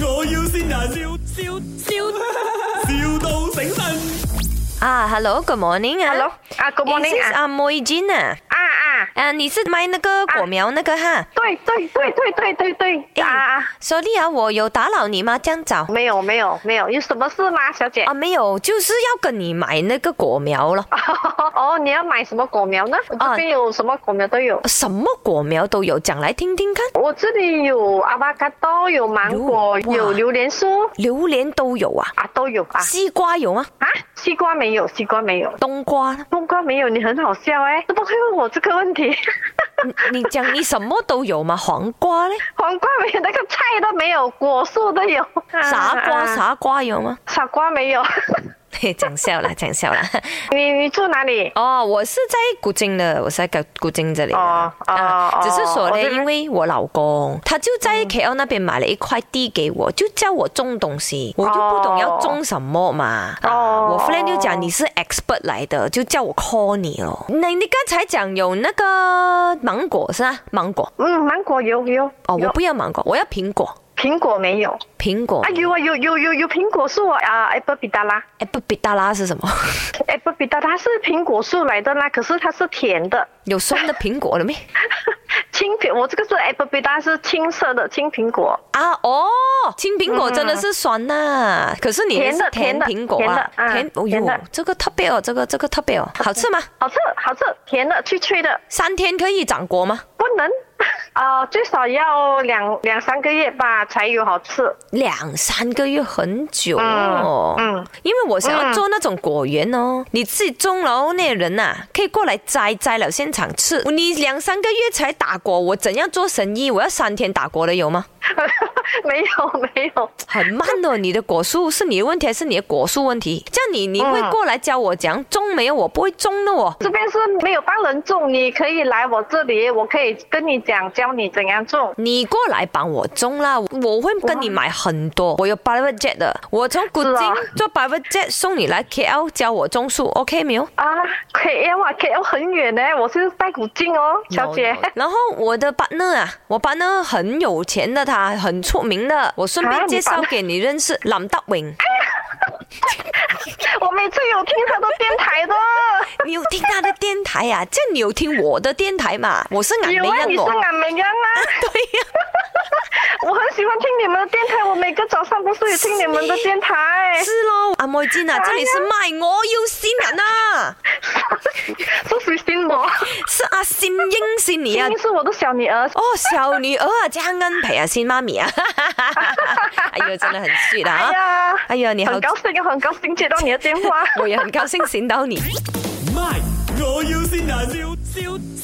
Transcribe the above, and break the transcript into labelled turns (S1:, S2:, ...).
S1: 要先人，笑笑笑，, 笑到醒神。
S2: 啊，Hello, good morning 啊。
S3: Hello，啊，Good morning
S2: 是
S3: 啊，
S2: 啊，莫一金啊。
S3: 啊啊，
S2: 啊，你是卖那个果苗那个哈？
S3: 对对对对对对对，啊嗯啊，
S2: 所以啊，我有打扰你吗？这样早？
S3: 没有没有没有，有什么事吗，小姐
S2: 啊，？没有，就是要跟你买那个果苗了。
S3: 哦，你要买什么果苗呢？我
S2: 啊
S3: 这边有什么果苗都有，
S2: 什么果苗都有，讲来听听看。
S3: 我这里有阿巴卡多，有芒果，
S2: 哟哇
S3: 有榴莲酥
S2: 榴莲都有啊，
S3: 啊，都有啊。
S2: 西瓜有吗？
S3: 啊，西瓜没有，西瓜没有，
S2: 冬瓜呢？
S3: 冬瓜没有，你很好笑哎，怎么会问我这个问题？
S2: 你你讲你什么都有吗？黄瓜呢？
S3: 黄瓜没有，那个菜都没有，果树都有。
S2: 傻瓜
S3: 啊？
S2: 傻瓜有吗？
S3: 傻瓜没有。
S2: 嘿，讲笑啦，讲笑啦。
S3: 你你住哪里？
S2: 哦，我是在古晋的，我是在古晋这里的。
S3: 哦哦
S2: 啊，
S3: 哦
S2: 只是说
S3: 我
S2: 呢，
S3: 这边
S2: 因为我老公他就在 KL 那边买了一块地给我，就叫我种东西，我就不懂要种什么嘛。啊，我
S3: 哦
S2: friend 就讲你是 expert 来的，就叫我 call 你哦。那你刚才讲有那个芒果是吧？芒果
S3: 嗯，芒果有有。
S2: 哦，
S3: 有
S2: 我不要芒果，我要苹果，
S3: 苹果没有。
S2: 苹果
S3: 啊。有啊有有有有苹果树啊啊，apple 比达拉
S2: 哎，不比达拉是什么？
S3: ，apple 比达拉是苹果树来的啦，可是它是甜的，
S2: 有酸的苹果了没？
S3: 青苹我这个是 apple 比达拉是青色的青苹果，
S2: 啊哦，青苹果真的是酸呐、可是你的是甜
S3: 嗯甜的
S2: 苹果啊，
S3: 甜的甜的
S2: 哦
S3: 嗯甜
S2: 哟
S3: 的，
S2: 这个特别哦，这个这个特别哦，好吃吗？
S3: 好吃好吃，甜的脆脆的，
S2: 三天可以长果吗？
S3: 不能 啊、最少要两两三个月吧才有好吃。
S2: 两三个月很久哦，
S3: 嗯嗯
S2: 因为我想要做那种果园哦，你自己种了哦，那人呐、可以过来摘，摘了现场吃。你两三个月才打果，我怎样做生意？我要三天打果了有吗？
S3: 没有没有，
S2: 很慢的，你的果树是你的问题还是你的果树问题？这样你你会
S3: 嗯
S2: 过来教我讲种没有？我不会种的哦。
S3: 这边是没有帮人种，你可以来我这里，我可以跟你讲，教你怎样种。
S2: 你过来帮我种啦，我会跟你买很多。我有 private jet 的，我从古
S3: 是
S2: 晋
S3: 啊
S2: 坐 private jet 送你来 KL 教我种树，OK 没有？
S3: 啊，KL 啊，KL 很远呢，我是在古晋哦，小姐。
S2: 有有然后我的 partner 啊，我 partner 很有钱的他，很出名的，我顺
S3: 啊
S2: 便
S3: 你
S2: 介绍
S3: partner 哎
S2: 给你认识林德荣，
S3: 我每次有听他的电台的，
S2: 你有听他的电台啊？这样你有听我的电台嘛？我是俺
S3: 有啊，
S2: 梅人
S3: 你是
S2: 哦，
S3: 俺美人啊，
S2: 对呀、
S3: 我很喜欢听你们的电台，我每个早上不是有听你们的电台，
S2: 是咯，阿妹姐
S3: 哎
S2: 啊，这里是卖我要新人啊，
S3: 是谁信我？
S2: 是阿新英新你啊
S3: 明。明是我的小女儿，
S2: 哦，小女儿啊，江恩培啊，新妈咪啊， 哎呦，真的很 sweet 啊
S3: 哎！呀，
S2: 哎呀，你好
S3: 很，高兴啊，很高兴接到
S2: 哦
S3: 你的电话。
S2: 我也很高兴见到你。
S1: 卖，我要先人，笑笑